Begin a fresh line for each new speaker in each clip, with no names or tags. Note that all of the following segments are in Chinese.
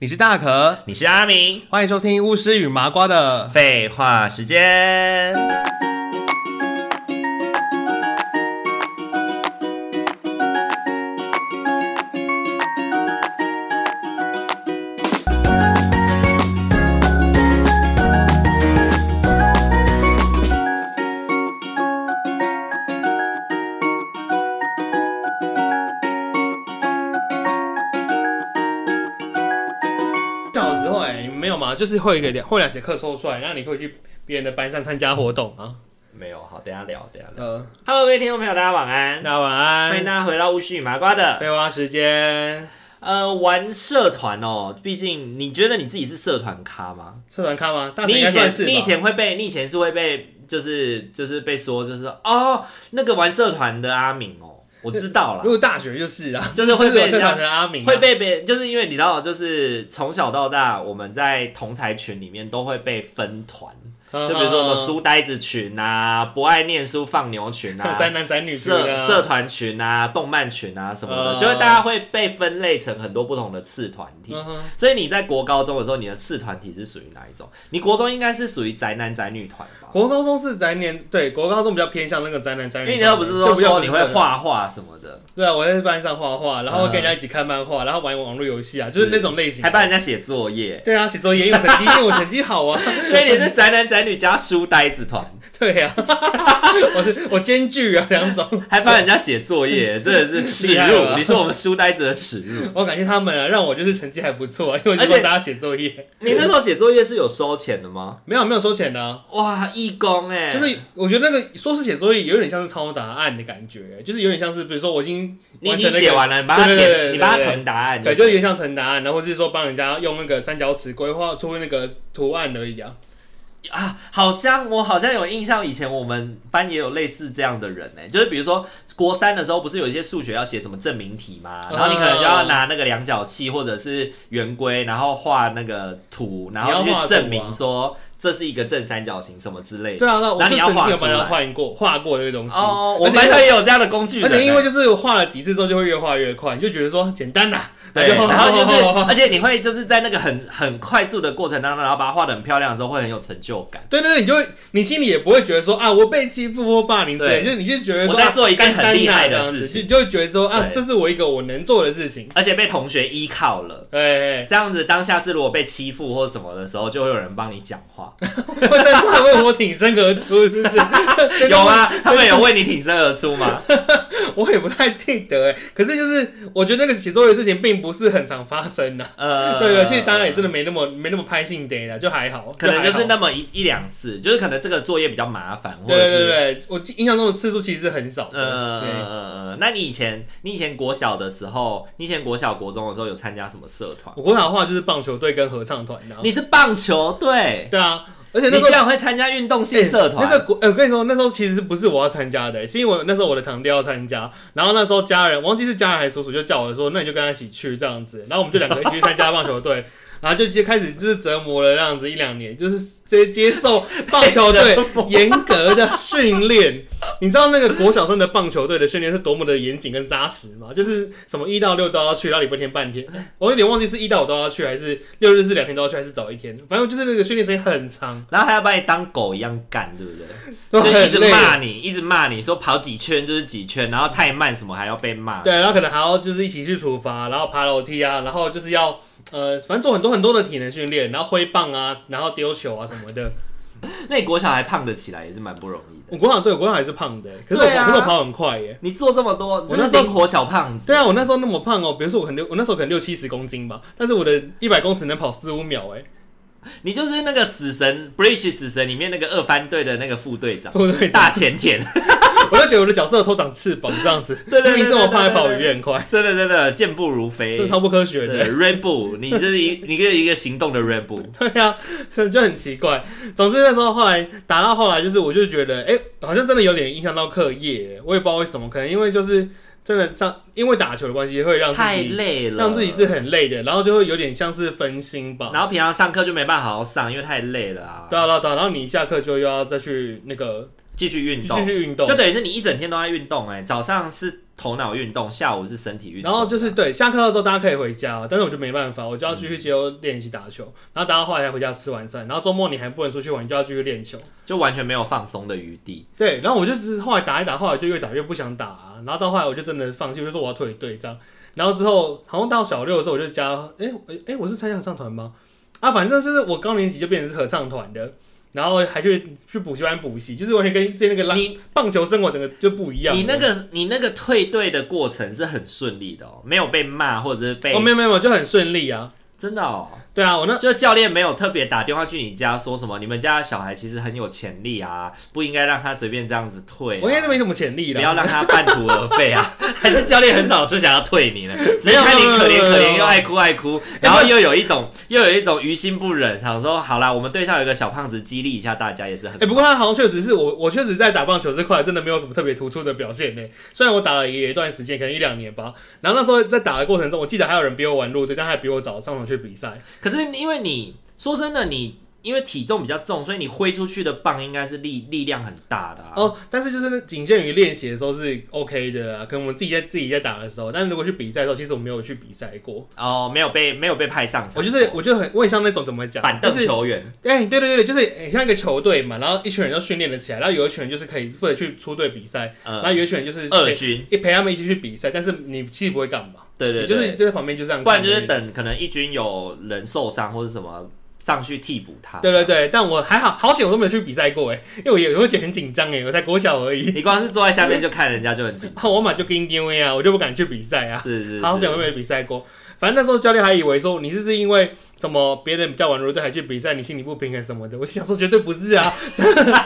你是大可，
你是阿明，
欢迎收听巫师与麻瓜的。
废话时间。
小时候哎、你们没有吗？就是会有一个两会有两节课抽出来，让你可以去别人的班上参加活动啊。
没有，好，等一下聊，等一下聊。
呃，
Hello，各位听众朋友，大家晚安，
那晚
欢迎
安，
大家回到巫师与麻瓜的。
废话时间，
呃，玩社团哦，毕竟你觉得你自己是社团咖吗？
社团看吗？大
你
学应
以
该
前
算是吧
你以前会被，你以前是会被，就是就是被说，就是哦，那个玩社团的阿明哦，我知
如
道了。
果大学就是啊，
就是 会被
有社团
人
的阿明、啊、
会被别人，就是因为你知道，就是从小到大，我们在同才群里面都会被分团，
嗯，
就比如说什么
嗯，
书呆子群啊， 不爱念书放牛群啊
宅男宅女之类
社
的啊
社团群啊、动漫群啊什么的，
嗯
就是大家会被分类成很多不同的次团体。
嗯哼
所以你在国高中的时候，你的次团体是属于哪一种？你国中应该是属于宅男宅女团吧？
国高中是宅年，对，国高中比较偏向那个宅男宅
因
女，
为你又不是
就
说
比较
说
不
你
是
会
这个，
画画什么的，
对啊，我在班上画画，然后跟人家一起看漫画，然后玩网络游戏啊，就是那种类型的，
还帮人家写作业，
对啊，写作业，因为我成绩，因为我成绩好啊。
所以你是宅男宅女加书呆子 团，
对呀、啊，我是我兼具啊两种，
还帮人家写作业，真的是耻
厉害
辱！
了
你是我们书呆子的耻辱。
我感谢他们啊，让我就是成绩还不错、啊，因为我就
而且
帮大家写作业，
你那时候写作业是有收钱的吗？
没有没有收钱的、啊。
哇，义工哎、
就是我觉得那个说是写作业，有点像是抄答案的感觉，就是有点像是比如说我已经
你
完
你
成那
写
个，
完了，你把它
对对对对
填，你把它
对对
填答案，
对，就有点像誊答案，然后或是说帮人家用那个三角尺规划出那个图案而已啊。
啊，好像我好像有印象，以前我们班也有类似这样的人呢、就是比如说国三的时候，不是有一些数学要写什么证明题嘛，
嗯
然后你可能就要拿那个量角器或者是圆规，然后画那个图，然后
你要画
去
图啊
证明说这是一个正三角形什么之类的。
对啊，那我
然
就
后
曾
你要
经
画
有
出
帮他
来。
画过画过这个东西
哦，我
而
们
且
班上也有这样的工具人
而
欸、
且因为就是我画了几次之后，就会越画越快，你就觉得说简单啦、
对，
然后
然后就
画画画
是，而且你会就是在那个很很快速的过程当中，然后把它画的很漂亮的时候，会很有成就感。
对对对，你就会你心里也不会觉得说啊，我被欺负或霸凌之类，
对
就是你就觉得说
我在做一件
啊
很
干单啊
厉害的
这样子
事情
就就会觉得说啊，
对
这是我一个我能做的事情。
而且被同学依靠了，
哎，
这样子当下次如果被欺负或什么的时候，就会有人帮你讲话，
哎会站出来为我挺身而出，是不是？ 真的
有？吗？他们有为你挺身而出 吗？
我也不太记得哎，可是就是我觉得那个写作业的事情并不是很常发生的。
呃，
对了，其实当然也真的没那么没那么拍性得了，就还好，
可能就
还
是
好
那么一一两次，就是可能这个作业比较麻烦，或
对
者是
对对对，我记印象中的次数其实很少的。对
呃，那你以前你以前国小的时候，你以前国小国中的时候有参加什么社团？
我国小的话就是棒球队跟合唱团啊。
你是棒球队，
对啊，而且那
你
时候
居然会参加运动性社
欸？
团
那时候国，欸我跟你说，那时候其实不是我要参加的、欸是因为我那时候我的堂弟要参加，然后那时候家人，忘记是家人还是叔叔，就叫我说，那你就跟他一起去这样子，然后我们就两个一起去参加棒球队。然后就接开始就是折磨了这样子一两年，就是接接受棒球队严格的训练。你知道那个国小生的棒球队的训练是多么的严谨跟扎实吗？就是什么一到六都要去，然后礼拜天半天，我有点忘记是一到五都要去，还是六日是两天都要去，还是早一天。反正就是那个训练时间很长，
然后还要把你当狗一样干，对不对？
都
就一
很
直
累。
骂你，一直骂你说跑几圈就是几圈，然后太慢什么还要被骂。
对，然后可能还要就是一起去处罚，然后爬楼梯啊，然后就是要呃，反正做很多很多的体能训练，然后挥棒啊，然后丢球啊什么的。
那你国小还胖得起来也是蛮不容易的。
我国小对我国小还是胖的，可是我、
对啊
可是我跑很快耶。
你做这么多，我
那
那
时候
灵活小胖子。
对啊，我那时候那么胖哦，比如说我可能六，我那时候可能六七十公斤吧，但是我的一百公尺能跑四五秒哎，
你就是那个死神 Bridge 死神里面那个二番队的那个副队长
对不对？
大前田，
我就觉得我的角色都长翅膀这样子，
对对对
明明这么胖还
对对
跑
对
得远快，
真的真的健步如飞。
这超不科学的。
对 r e b o 你就是一你就是一个行动的 r e b o
对啊，所以就很奇怪。总之那时候后来打到后来，就是我就觉得，哎、好像真的有点影响到课业，我也不知道为什么，可能因为就是真的上，因为打球的关系， 会让自
太
己
累了，
让自己是。很累的，然后就会有点像是分心吧。
然后平常上课就没办法好好上，因为太累了啊。
对啊，对啊，对啊然后你一下课就又要再去那个
继续运动
继，续运动
就，等于是你一整天都在运动、哎，早上是头脑运动，下午是身体运
然
动，
后就是对，下课了之后大家可以回家，但是我就没办法，我就要继
嗯
续接着练习打球。然后大家后来才回家吃晚餐，然后周末你还不能出去玩，你就要继续练球。
就完全没有放松的余地。
对，然后我就只是后来打一打，后来就越打越不想打、啊，然后到后来我就真的放弃，我就说我要退队这样。然后之后好像到小六的时候，我就加，哎哎哎，我是参加合唱团吗？啊，反正就是我高年级就变成是合唱团的，然后还去去补习班补习，就是完全跟之前那个拉
你
棒球生活整个就不一样了。
你那个你那个退队的过程是很顺利的哦，没有被骂或者是被、
哦，没有没有没有，就很顺利啊。
真的哦，
对啊，我那
就教练没有特别打电话去你家说什么，你们家的小孩其实很有潜力啊，不应该让他随便这样子退啊、
我应该是没什么潜力
不
的。
要让他半途而废啊！还是教练很少说想要退你呢？只
没
是
有
看你
没有没
可怜
有
可
没
怜
有
又爱哭爱哭，然后又有一种又有一种于心不忍，想说好啦，我们队上有一个小胖子激励一下大家也是很
哎、不过他好像确实是我，我确实在打棒球这块真的没有什么特别突出的表现呢。虽然我打了也一段时间，可能一两年吧。然后那时候在打的过程中，我记得还有人比我晚入队，但他还比我早上场去比赛。
可是因为你说真的，你因为体重比较重，所以你挥出去的棒应该是力力量很大的啊。
哦，但是就是仅限于练习的时候是 OK 的啊，可能我们自己在自己在打的时候。但如果去比赛的时候，其实我没有去比赛过。
哦，没有被没有被派上场，
我就是我就很我很像那种怎么讲，
板凳
就是
球员，
哎、对对对，就是、欸、像一个球队嘛，然后一群人都训练了起来，然后有一群人就是可以负责去出队比赛，
嗯
然后有一群人就是
二
陪
军，
一陪他们一起去比赛，但是你其实不会干嘛，
对对
你就是
对，
就在旁边就这样
不
看而
然
已，
就是等可能一军有人受伤或者什么上去替补他。
对对对，但我还好，好险我都没有去比赛过哎，因为我也会觉得很紧张哎，我才国小而 已，
你光是坐在下面就看人家就 很紧
啊我马就跟丢呀，我就不敢去比赛啊
张，。是是
好
是
险我没有比赛过，反正那时候教练还以为说你是不是因为什么别人比较晚入队还去比赛，你心里不平衡什么的。我心想说绝对不是啊，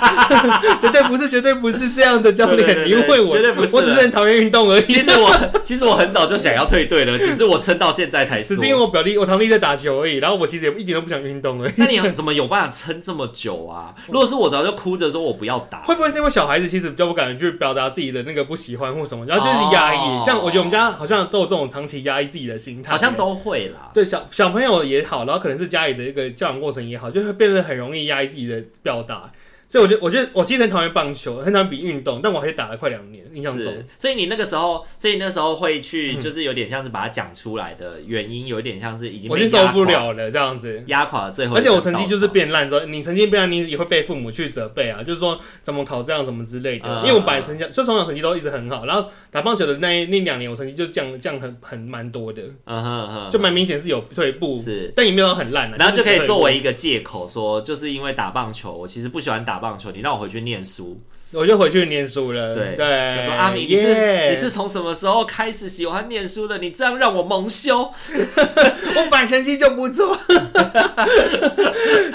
绝对不是，绝对不是这样的教
对对对
练，你误会我，
绝对不是啊
我只是很讨厌运动而
其
已，
实我 其实我很早就想要退队了，只是我撑到现在才
只
说
是。因为我表弟我堂弟在打球而已，然后我其实也一点都不想运动而已。
那你怎么有办法撑这么 久啊？如果是我，早就哭着说我不要打。
会不会是因为小孩子其实比较不敢去表达自己的那个不喜欢或什么，然后就是压抑？
哦
像我觉得我们家好像都有这种长期压抑自己的心态，
好像都会啦。
对小小朋友也好，然后可能是家里的一个教养过程也好，就会变得很容易压抑自己的表达。所以我觉得，我觉得我其实很讨厌棒球，很讨厌比运动，但我还是打了快两年，印象中嗯
是。，所以你那个时候，所以你那时候会去，就是有点像是把它讲出来的原因，有点像是已经
我
被
已经
压
受
垮
不，了了这样子。
压垮了最后一
而
根
且
稻草。
我成绩就是变烂之后，你成绩变烂，你也会被父母去责备啊，就是说怎么考这样什么之类的。
嗯
因为我本来成绩就从小成绩都一直很好，然后打棒球的那一那两年，我成绩就降降很很蛮多的，
嗯哼嗯哼，
就蛮明显是有退步，
是。
但也没有到很烂啊。
然后就是可以
退步
作为一个借口说，就是因为打棒球，我其实不喜欢打棒球，你让我回去念书。
我就回去念书了。
对
对，
就说阿米，你是
耶
你是从什么时候开始喜欢念书的？你这样让我蒙羞。
我版成绩就不错。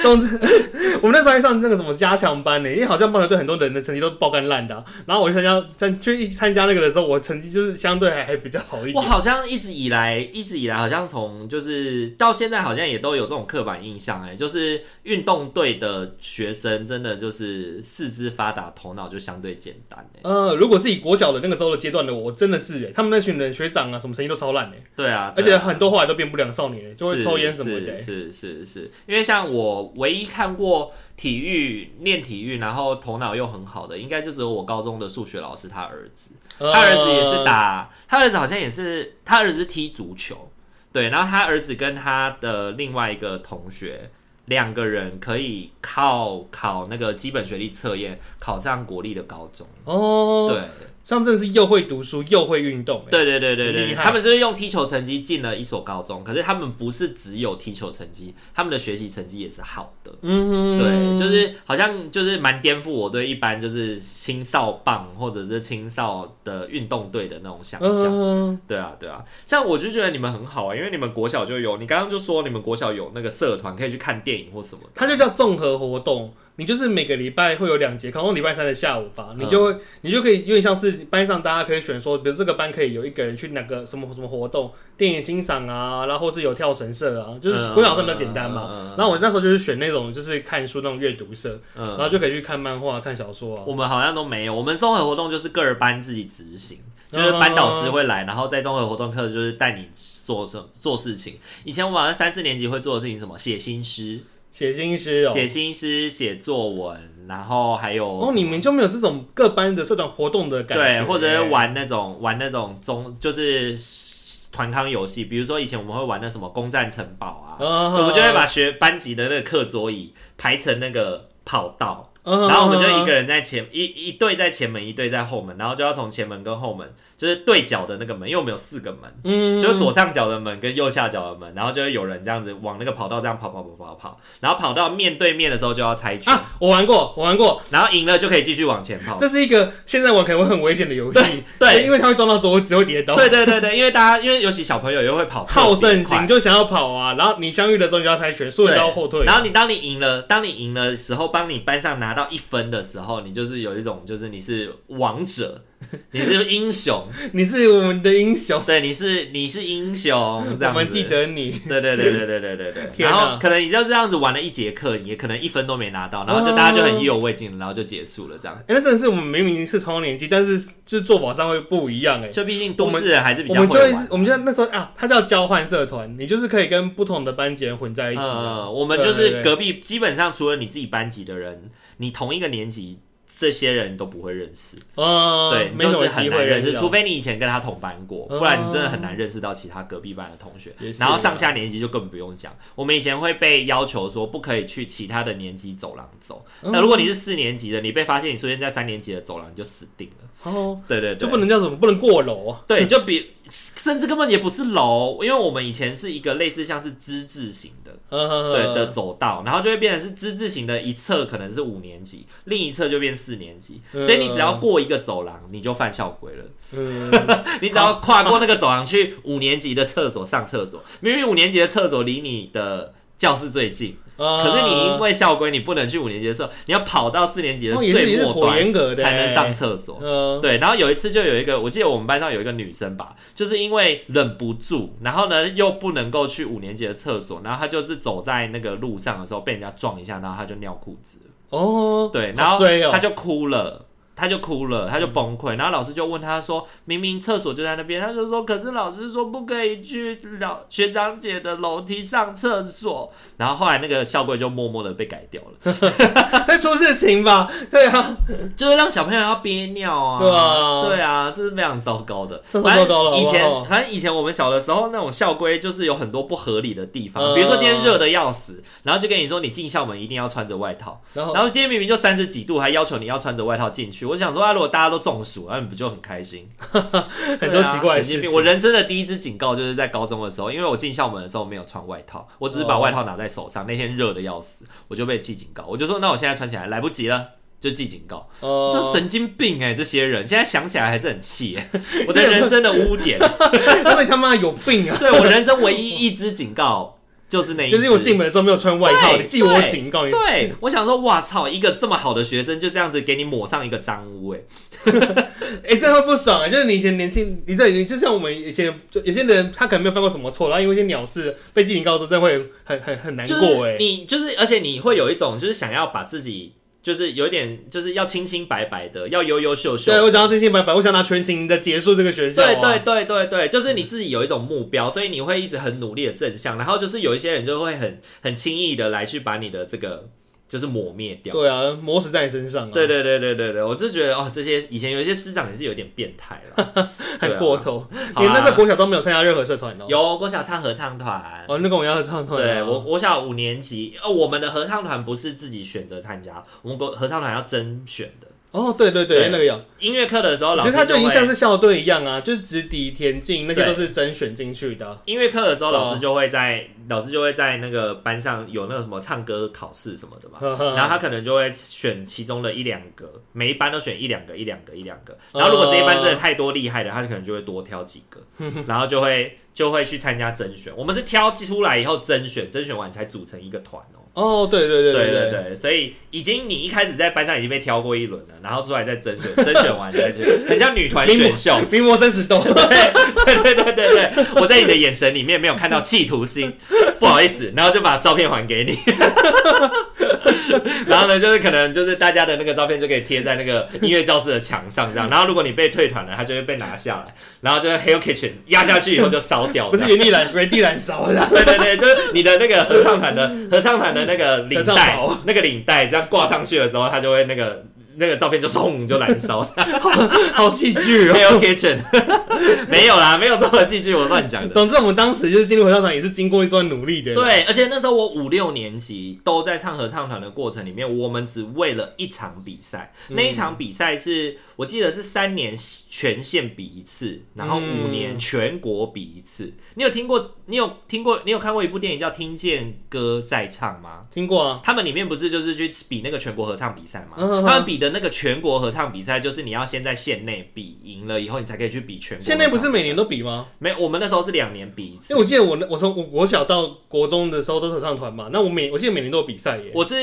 总之， 我们那时候还上那个什么加强班呢，因为好像棒球队很多人的成绩都爆干烂的啊、然后我就参加参去参加那个的时候，我成绩就是相对还还比较好一
我
点。
好像一直以来，一直以来好像从就是到现在好像也都有这种刻板印象、哎，就是运动队的学生真的就是四肢发达，头脑就相对简单、哎，
呃，如果是以国小的那个时候的阶段的我，我真的是耶，他们那群人学长啊，什么成绩都超烂的，
对啊，
而
对
且
啊
很多后来都变不良少年耶，就会抽烟什么的哎耶。
是是是是是，因为像我唯一看过体育练体育，然后头脑又很好的，应该就只有我高中的数学老师他儿子，他儿子也是
呃，
打，他儿子好像也是，他儿子踢足球，对，然后他儿子跟他的另外一个同学。两个人可以靠考那个基本学历测验考上国立的高中，
哦，
对
所以他们真的是又会读书又会运动耶。
对对对对
很
对，
厉害
他们是用踢球成绩进了一所高中，可是他们不是只有踢球成绩，他们的学习成绩也是好的。
嗯
对，就是好像就是蛮颠覆我对一般就是青少棒或者是青少的运动队的那种想象。
嗯，
对啊，对啊，像我就觉得你们很好啊，因为你们国小就有，你刚刚就说你们国小有那个社团可以去看电影或什么的。
它就叫综合活动。你就是每个礼拜会有两节课，好像礼拜三的下午
嗯
吧，你就会、你就可以有点像是班上大家可以选说，比如这个班可以有一个人去那个什么什么活动，电影欣赏啊，然后或是有跳绳社啊，就是
嗯
国小生比较简单嘛。
嗯嗯嗯嗯
然后我那时候就是选那种就是看书那种阅读社，然
嗯，
后就可以去看漫画、看小说啊。
我们好像都没有，我们综合活动就是个人班自己执行。
嗯
就是班导师会来，然后在综合活动课就是带你做什做事情。以前我们好像三四年级会做的事情是什么写新诗，
写新诗哦。
写新诗、写作文，然后还有
哦，你们就
就
没有这种各班的社团活动的感觉？哎
对，或者是玩那种玩那种中就是团康游戏，比如说以前我们会玩那什么攻占城堡啊，
啊，
对我们就会把学班级的那个课桌椅排成那个跑道。
嗯，
然后我们就一个
人
人在前一一队在前门，一队在后门，然后就要从前门跟后门，就是对角的那个门，因为我们有四个门，
嗯，
就是左上角的门跟右下角的门，然后就会有人这样子往那个跑道这样跑跑跑跑跑，然后跑到面对面的时候就要猜拳，
啊，我玩过，我玩过，
然后赢了就可以继续往前跑。
这是一个现在玩可能会很危险的游戏，
对对
因为它会撞到桌子会跌倒，
对对对对，因为大家因为尤其小朋友又会跑，
好胜
心。
心就想要跑啊，然后你相遇的时候你就要猜拳，所有人都要后退，
然后你当你赢了，当你赢了的时候，帮你班上拿到一分的时候，你就是有一种就是你是 王者，你是英雄，
你是我们的英雄，
对，你是你是英雄，这
我
样
们
子
记。得你，
对对对对对对对对，
天
然
哪
后可能你就这样子玩了一节课，也可能一分都没拿
哦
到，然后就大家就很意犹未尽，然后就结束了，这样。
哎，那真的是我们明明是同样年纪，但是就是做法上会不一样哎。
就毕竟都市人还是比
我
较
们就
会
会
玩，，
我们就那时候啊，它叫交换社团，你就是可以跟不同的班级人混在一起啊。
呃，我们
对
就
对
是
对
隔壁，基本上除了你自己班级的人，你同一个年级这些人都不会认识，
呃，
嗯对，
没
就
什么
是很
机
难
会
认
认
识，
识，
除非你以前跟他同班过，
嗯
不然你真的很难认识到其他隔壁班的同学
也。是
然后上下年级就更不用讲，我们以前会被要求说不可以去其他的年级走廊走，
嗯
那如果你是四年级的，你被发现你出现在三年级的走廊，你就死定 了。
哦，
对对对，
就不能叫什么，不能过楼啊。
对，就比甚至根本也不是楼，因为我们以前是一个类似像是资质型的。
嗯
对
对
的走道，然后就会变成是之字形的一侧可能是五年级，另一侧就变四年级，所以你只要过一个走廊，你就犯校规了。
嗯，
你只要跨过那个走廊去五年级的厕所上厕所，明明五年级的厕所离你的教室最近，
可
可是你因为校规你不能去五年级的厕所，你要跑到四年级的
哦也是也
最
是
末
颇
端
严格的
才能上
欸。
厕所。
嗯，
对，然后有一次就有一个，我记得我们班上有一个女生吧，就是因为忍不住，然后呢又不能够去五年级的厕所，然后她就是走在那个路上的时候被人家撞一下，然后她就尿裤子了，
哦，
对，
好
然后
衰哦
她就哭了。她就哭了，她就崩溃，然后老师就问她说：“明明厕所就在那边。”她就说：“可是老师说不可以去老学长姐的楼梯上厕所。”然后后来那个校规就默默的被改掉 了，
会出事情吧？对啊，
就是让小朋友要憋尿啊，
对啊
对啊，这是非常糟糕的，
这太糟糕了
反正以
好不好
前，反正以前我们小的时候，那种校规就是有很多不合理的地方，
嗯
比如说今天热的要死，然后就跟你说你进校门一定要穿着外套，
然后
然后今天明明就三十几度，还要求你要穿着外套进去。我想说啊，如果大家都中暑，那、你不就很开心？
很多奇怪的
对啊神经
事
病
情。
我人生的第一支警告就是在高中的时候，因为我进校门的时候没有穿外套，我只是把
哦
外套拿在手上，那天热的要
嗯
死，我就被记警告。我就说那我现在穿起来来不及了。就记警告，
哦
就神经病哎、这些人现在想起来还是很 气哎、我的人生的污点，
但是你他妈有病啊！
对我人生唯一一支警告就是那一
就
支，
是因为我进门的时候没有穿外套，
对
你记我警告你，
对，我想说，哇操，一个这么好的学生就这样子给你抹上一个脏污、哎，
哎，这会不爽啊！就是你以前年轻，你对你就像我们以前，就有些人他可能没有犯过什么错，然后因为一些鸟事被记警告之后，真的会很很很难过
就是
哎。
你就是，而且你会有一种就是想要把自己就是有点就是要清清白白的，要优优秀秀
对，。我想要真清白白，我想拿全勤的结束这个学校啊。
对对对对对，就是你自己有一种目标，所以你会一直很努力的正向，然后就是有一些人就会很很轻易的来去把你的这个就是抹灭掉。
对啊，磨死在你身上啊，
对，对对对对对，我就觉得哦，这些以前有一些师长也是有点变态了。
太过头。
好
你
啦
那个国小都没有参加任何社团哦。
有国小唱合唱团，
哦，那个我要唱团啊。
对我国小五年级，呃，我们的合唱团不是自己选择参加，我们国合唱团要甄选的。
哦，对对
对
对，那个有。
音乐课的时候，
我
老
觉得
师
它就已经像
会。
是校队一样啊，就是直笛、田径那些
对
都是甄选进去的啊。
音乐课的时候，
哦
老师就会在、老师就会在那个班上有那个什么唱歌考试什么的嘛，
呵呵
然后他可能就会选其中的一两个，每一班都选一两个、一两个、一两个。
嗯
然后如果这一班真的太多厉害的，他可能就会多挑几 个，然后就会就会去参加甄选。我们是挑出来以后甄选，甄选完才组成一个团哦。
哦，对对对
对
对
对对，所以已经你一开始在班上已经被挑过一轮了，然后出来再甄选，甄选完再 去，很像女团选秀。
对，哦名模生死斗。
对对对对对，我在你的眼神里面没有看到企图心，不好意思，然后就把照片还给你。然后呢，就是可能就是大家的那个照片就可以贴在那个音乐教室的墙上这样。然后如果你被退团了，它就会被拿下来，然后就是 Hell Kitchen 压下去以后就烧掉
不
这
是
样。
原地燃原地燃烧 的啊，
对对对，就是你的那个合唱团的合唱团的那个领
合
带
唱袍，
那个领带这样挂上去的时候，它就会那个那个照片就嗖就燃烧。
好戏剧哦。
Hell Kitchen 没有啦，没有这么戏剧，我乱讲的。
总之，我们当时就是进入合唱团也是经过一段努力的。，
对，而且那时候我五六年级都在唱合唱团的过程里面，我们只为了一场比赛，
嗯
那一场比赛是我记得是三年全县比一次，然后五
嗯
年全国比一次。你有听过？你有听过？你有看过一部电影叫《听见歌在唱》吗？
听过啊，
他们里面不是就是去比那个全国合唱比赛吗？
嗯嗯嗯
他们比的那个全国合唱比赛，就是你要先在县内比赢了以后，你才可以去比全国合唱
现
比赛。
在不是每年都比吗？
没，我们那时候是两年比一次
因为。我记得我我从我国小到国中的时候都是合唱团嘛，那我每我记得每年都有比赛耶，
我是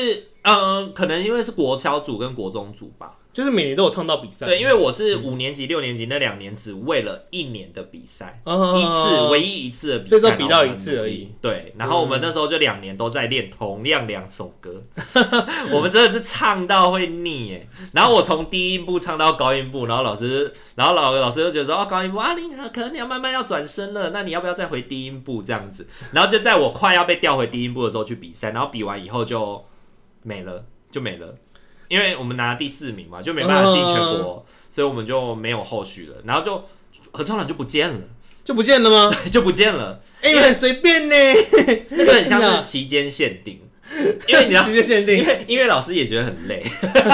嗯，可能因为是国小组跟国中组吧。
就是每年都有唱到比赛。
对，因为我是五年级、六年级那两年只为了一年的比赛，
啊，
一次唯一一次的比赛，
所以说比
然后
到
我
一
们
次而
努力
已。
对，然后我们那时候就两年都在练同样两首歌， 我们真的是唱到会腻耶。然后我从低音部唱到高音部，然后老师，然后老老师就觉得说，哦，高音部啊，你可能你要慢慢要转身了，那你要不要再回低音部这样子？然后就在我快要被调回低音部的时候去比赛，然后比完以后就没了，就没了。因为我们拿第四名嘛，就没办法进全国，
嗯
所以我们就没有后续了。然后就合唱团就不见了，
就不见了 吗？
就不见了。
哎、你们很随便呢，
那个很像是期间 限定，因为你知道
时，间限
因
定。
为音乐老师也觉得很累，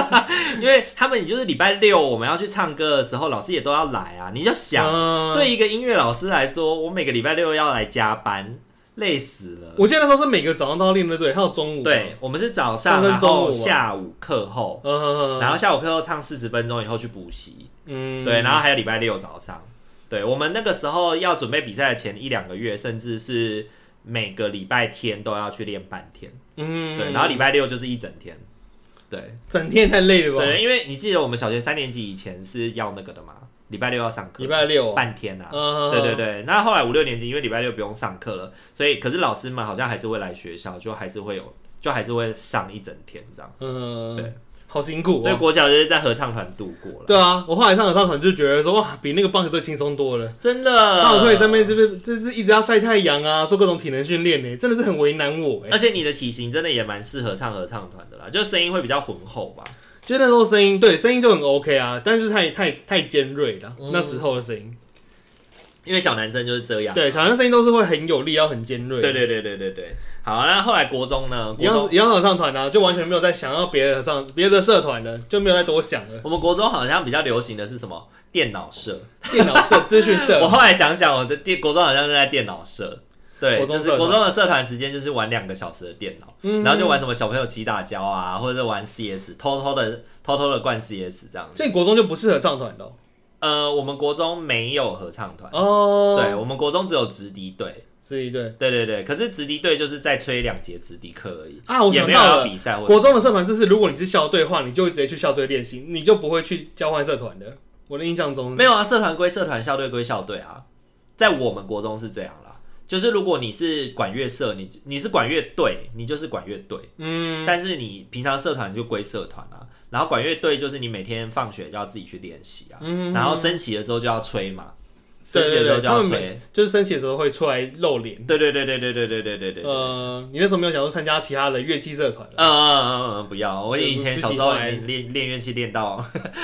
因为他们就是礼拜六我们要去唱歌的时候，老师也都要来啊。你就想，
嗯，
对一个音乐老师来说，我每个礼拜六要来加班，累死了。
我记得那时候是每个早上都要练乐队，还有中午。，
对，我们是早上，
上跟
然
中午
后
啊
下午课后，
嗯，
然后下午课后唱四十分钟以后去补习，
嗯，
对，然后还有礼拜六早上，对我们那个时候要准备比赛的前一两个月，甚至是每个礼拜天都要去练半天。
嗯，
对，然后礼拜六就是一整天。对
整天太累了吧？
对，因为你记得我们小学三年级以前是要那个的嘛，礼拜六要上课，
礼拜六啊，
半天啊。
嗯，
对对对，那后来五六年级因为礼拜六不用上课了，所以可是老师们好像还是会来学校，就还是会有，就还是会上一整天这样。对
嗯，好辛苦
所以
哦。
国小就是在合唱团度过了，
对啊，我后来上合唱团就觉得说，哇，比那个棒球队轻松多了。
真的。
棒球队这边这边就是一直要晒太阳啊，做各种体能训练呢，真的是很为难我哎。
而且你的体型真的也蛮适合唱合唱团的啦，就声音会比较浑厚吧。
就那时候声音，对声音就很 OK 啊，但是太太太尖锐了，
嗯
那时候的声音。
因为小男生就是这样。
对，小像声音都是会很有力，要很尖锐。
嗯对对对对对对。好，那后来国中呢？
一
国中
样一样的合唱团啊，就完全没有在想要别的合唱别的社团了，就没有再多想了。
我们国中好像比较流行的是什么电脑社？
电脑 社、资讯社
我，后来想想，我的电国中好像是在电脑社，对，
国中
就
社
是
团
国中的社团时间就是玩两个小时的电脑，
嗯
然后就玩什么小朋友起打跤啊，或者是玩 CS，偷偷的偷偷的灌 CS 这样子。
所以国中就不是合唱团了。
呃，我们国中没有合唱团，
哦，
对，我们国中只有直笛队，
是一对
对对对，可是直笛队就是在吹两节直笛课而已，
啊，我
也
想
没有要
到了。
比赛或者
国中的社团就是，如果你是校队的话，你就会直接去校队练习，你就不会去交换社团的。我的印象中，
没有啊，社团归社团，校队归校队啊。在我们国中是这样啦，就是如果你是管乐社，你你是管乐队，你就是管乐队，
嗯，
但是你平常社团就归社团啊。然后管乐队就是你每天放学就要自己去练习啊，
嗯
然后升旗的时候就要吹嘛，升
对
旗的
对
时候
对，
就
他
要
们
吹
每。就是升旗的时候会出来露脸。
对对对对对对对对对对。嗯
嗯呃，你那时候没有想说参加其他的乐器社团？
嗯嗯嗯嗯，不要！我以前小时候
不喜
已
欢
经练练乐器练到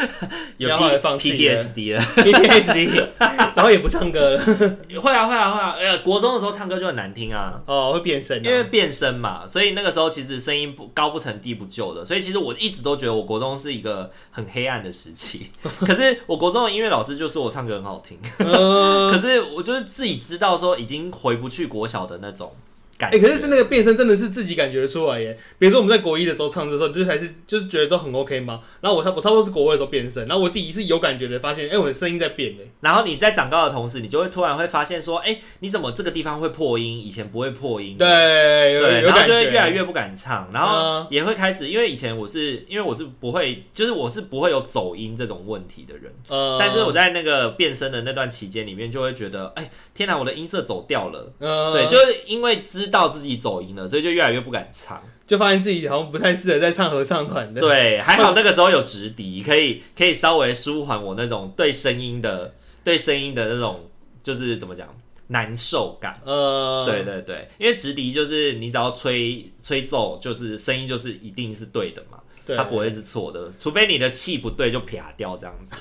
有
然后还放
P
弃了
PTSD 了。
PTSD，然后也不唱歌了，
会啊会啊会啊！呃，国中的时候唱歌就很难听啊。
哦，会变声、啊，
因为变声嘛，所以那个时候其实声音不高不成低不就的，所以其实我一直都觉得我国中是一个很黑暗的时期。 可是我国中的音乐老师就说我唱歌很好听，
呃，
可是我就是自己知道说已经回不去国小的那种感
哎、
觉。
可是真那个变声真的是自己感觉得出来耶。比如说我们在国一的时候唱的时候，就是还是就是觉得都很 OK 嘛。然后我差我差不多是国二的时候变声，然后我自己是有感觉的，发现哎、我的声音在变哎。
然后你在长高的同时，你就会突然会发现说，哎、你怎么这个地方会破音？以前不会破音。
对，有
对，
有
然后
感
就会
觉，
越来越不敢唱，然后
嗯
也会开始，因为以前我是因为我是不会，就是我是不会有走音这种问题的人。
呃，
但是我在那个变声的那段期间里面，就会觉得，哎，天哪，我的音色走掉了。
呃，
对，就是因为知道自己走音了，所以就越来越不敢唱。
就发现自己好像不太适合在唱合唱团的。，
对，还好那个时候有直笛，可以可以稍微舒缓我那种对声音的对声音的那种就是怎么讲难受感。
呃，
对对对，因为直笛就是你只要吹吹奏，就是声音就是一定是对的嘛，
对，
它不会是错的，除非你的气不对就啪掉这样 子。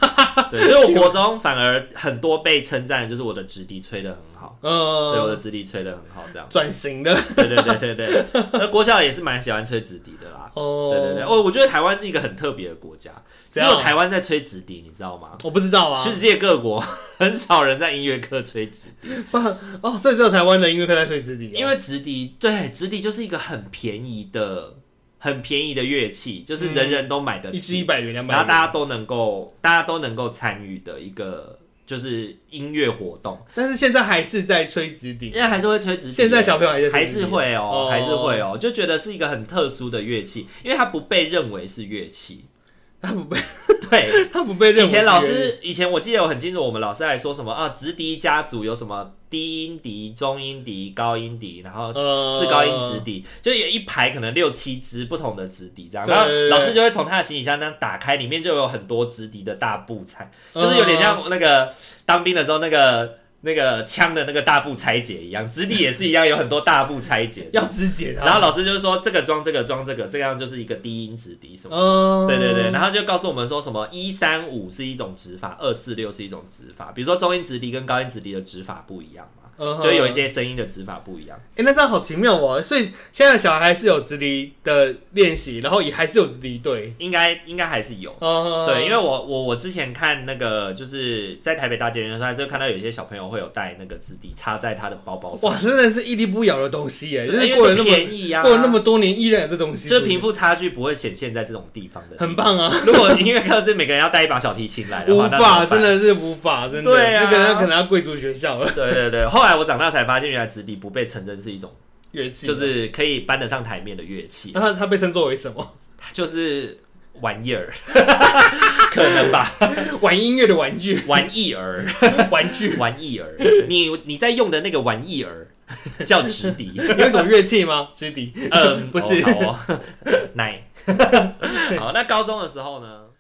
对，所以我国中反而很多被称赞，就是我的直笛吹得很好，对，我
呃，
的直笛吹得很好这样。
转型的
对对对对对， 那国小也是蛮喜欢吹直笛的啦。
哦，
对对对，我我觉得台湾是一个很特别的国家，只
怎
有
样
台湾在吹直笛，你知道吗？
我不知道啊，
世界各国 很少人在音乐课吹直笛，
哦，所以只有台湾的音乐课在吹直笛哦，
因为直笛对直笛就是一个很便宜的、很便宜的乐器，就是人人都买得
嗯一支一
起，
百元、两百
然后
元，
大家都能够大家都能够参与的一个就是音乐活动。
但是现在还是在吹直笛，
现在还是会吹直笛，
嗯现在小朋友还在吹
还
直笛
是会哦
哦，
还是会哦，就觉得是一个很特殊的乐器，因为它不被认为是乐器。
他不被
对，
他不被认为
以前老
是乐器
师，以前我记得我很清楚，我们老师还说什么啊，直笛家族有什么低音笛、中音笛、高音笛，然后
呃
次高音直笛，就有一排可能六七支不同的直笛这样，
对
然后
对对
老师就会从他的行李箱那样打开，里面就有很多直笛的大布拆，
嗯
就是有点像那个当兵的时候那个。那个枪的那个大布拆解一样，直笛也是一样，有很多大布拆解。
要肢解他，
然后老师就是说这个装这个装这个，这样就是一个低音直笛什么的。
嗯，
对对对，然后就告诉我们说什么一三五是一种指法，二四六是一种指法，比如说中音直笛跟高音直笛的指法不一样嘛，
嗯哼
就有一些声音的指法不一样。
哎、那这样好奇妙哦！所以现在的小孩还是有直笛的练习，然后也还是有直笛队。
应该应该还是有。
哦、
对，因
为
为我我我之前看那个就是在台北大捷运的时候，还是会看到有些小朋友会有带那个直笛插在他的包包上，
哇，真的是屹立不摇的东西耶，
对
就是哎
因为
过了那么、
便宜啊，
过了那么多年，依然有这东西，
就是贫富差距不会显现在这种地方的。
很棒啊！
如果音乐课是每个人要带一把小提琴来的
无
话，那怎么
法，
办
真的是无法，真的，
对啊
这个人可能要贵族学校了，
对对对，后来我长大才发现，原来直笛不被承认是一种
乐器
就是可以搬得上台面的乐器
那，他他被称作为什么？
就是玩 意儿，可能吧，
玩音乐的玩具，
玩意儿，
玩具。
玩意儿，你你在用的那个玩意儿叫直笛，
你有什么乐器吗？直笛？
嗯，
不是
哦好哦奶。好，那高中的时候呢？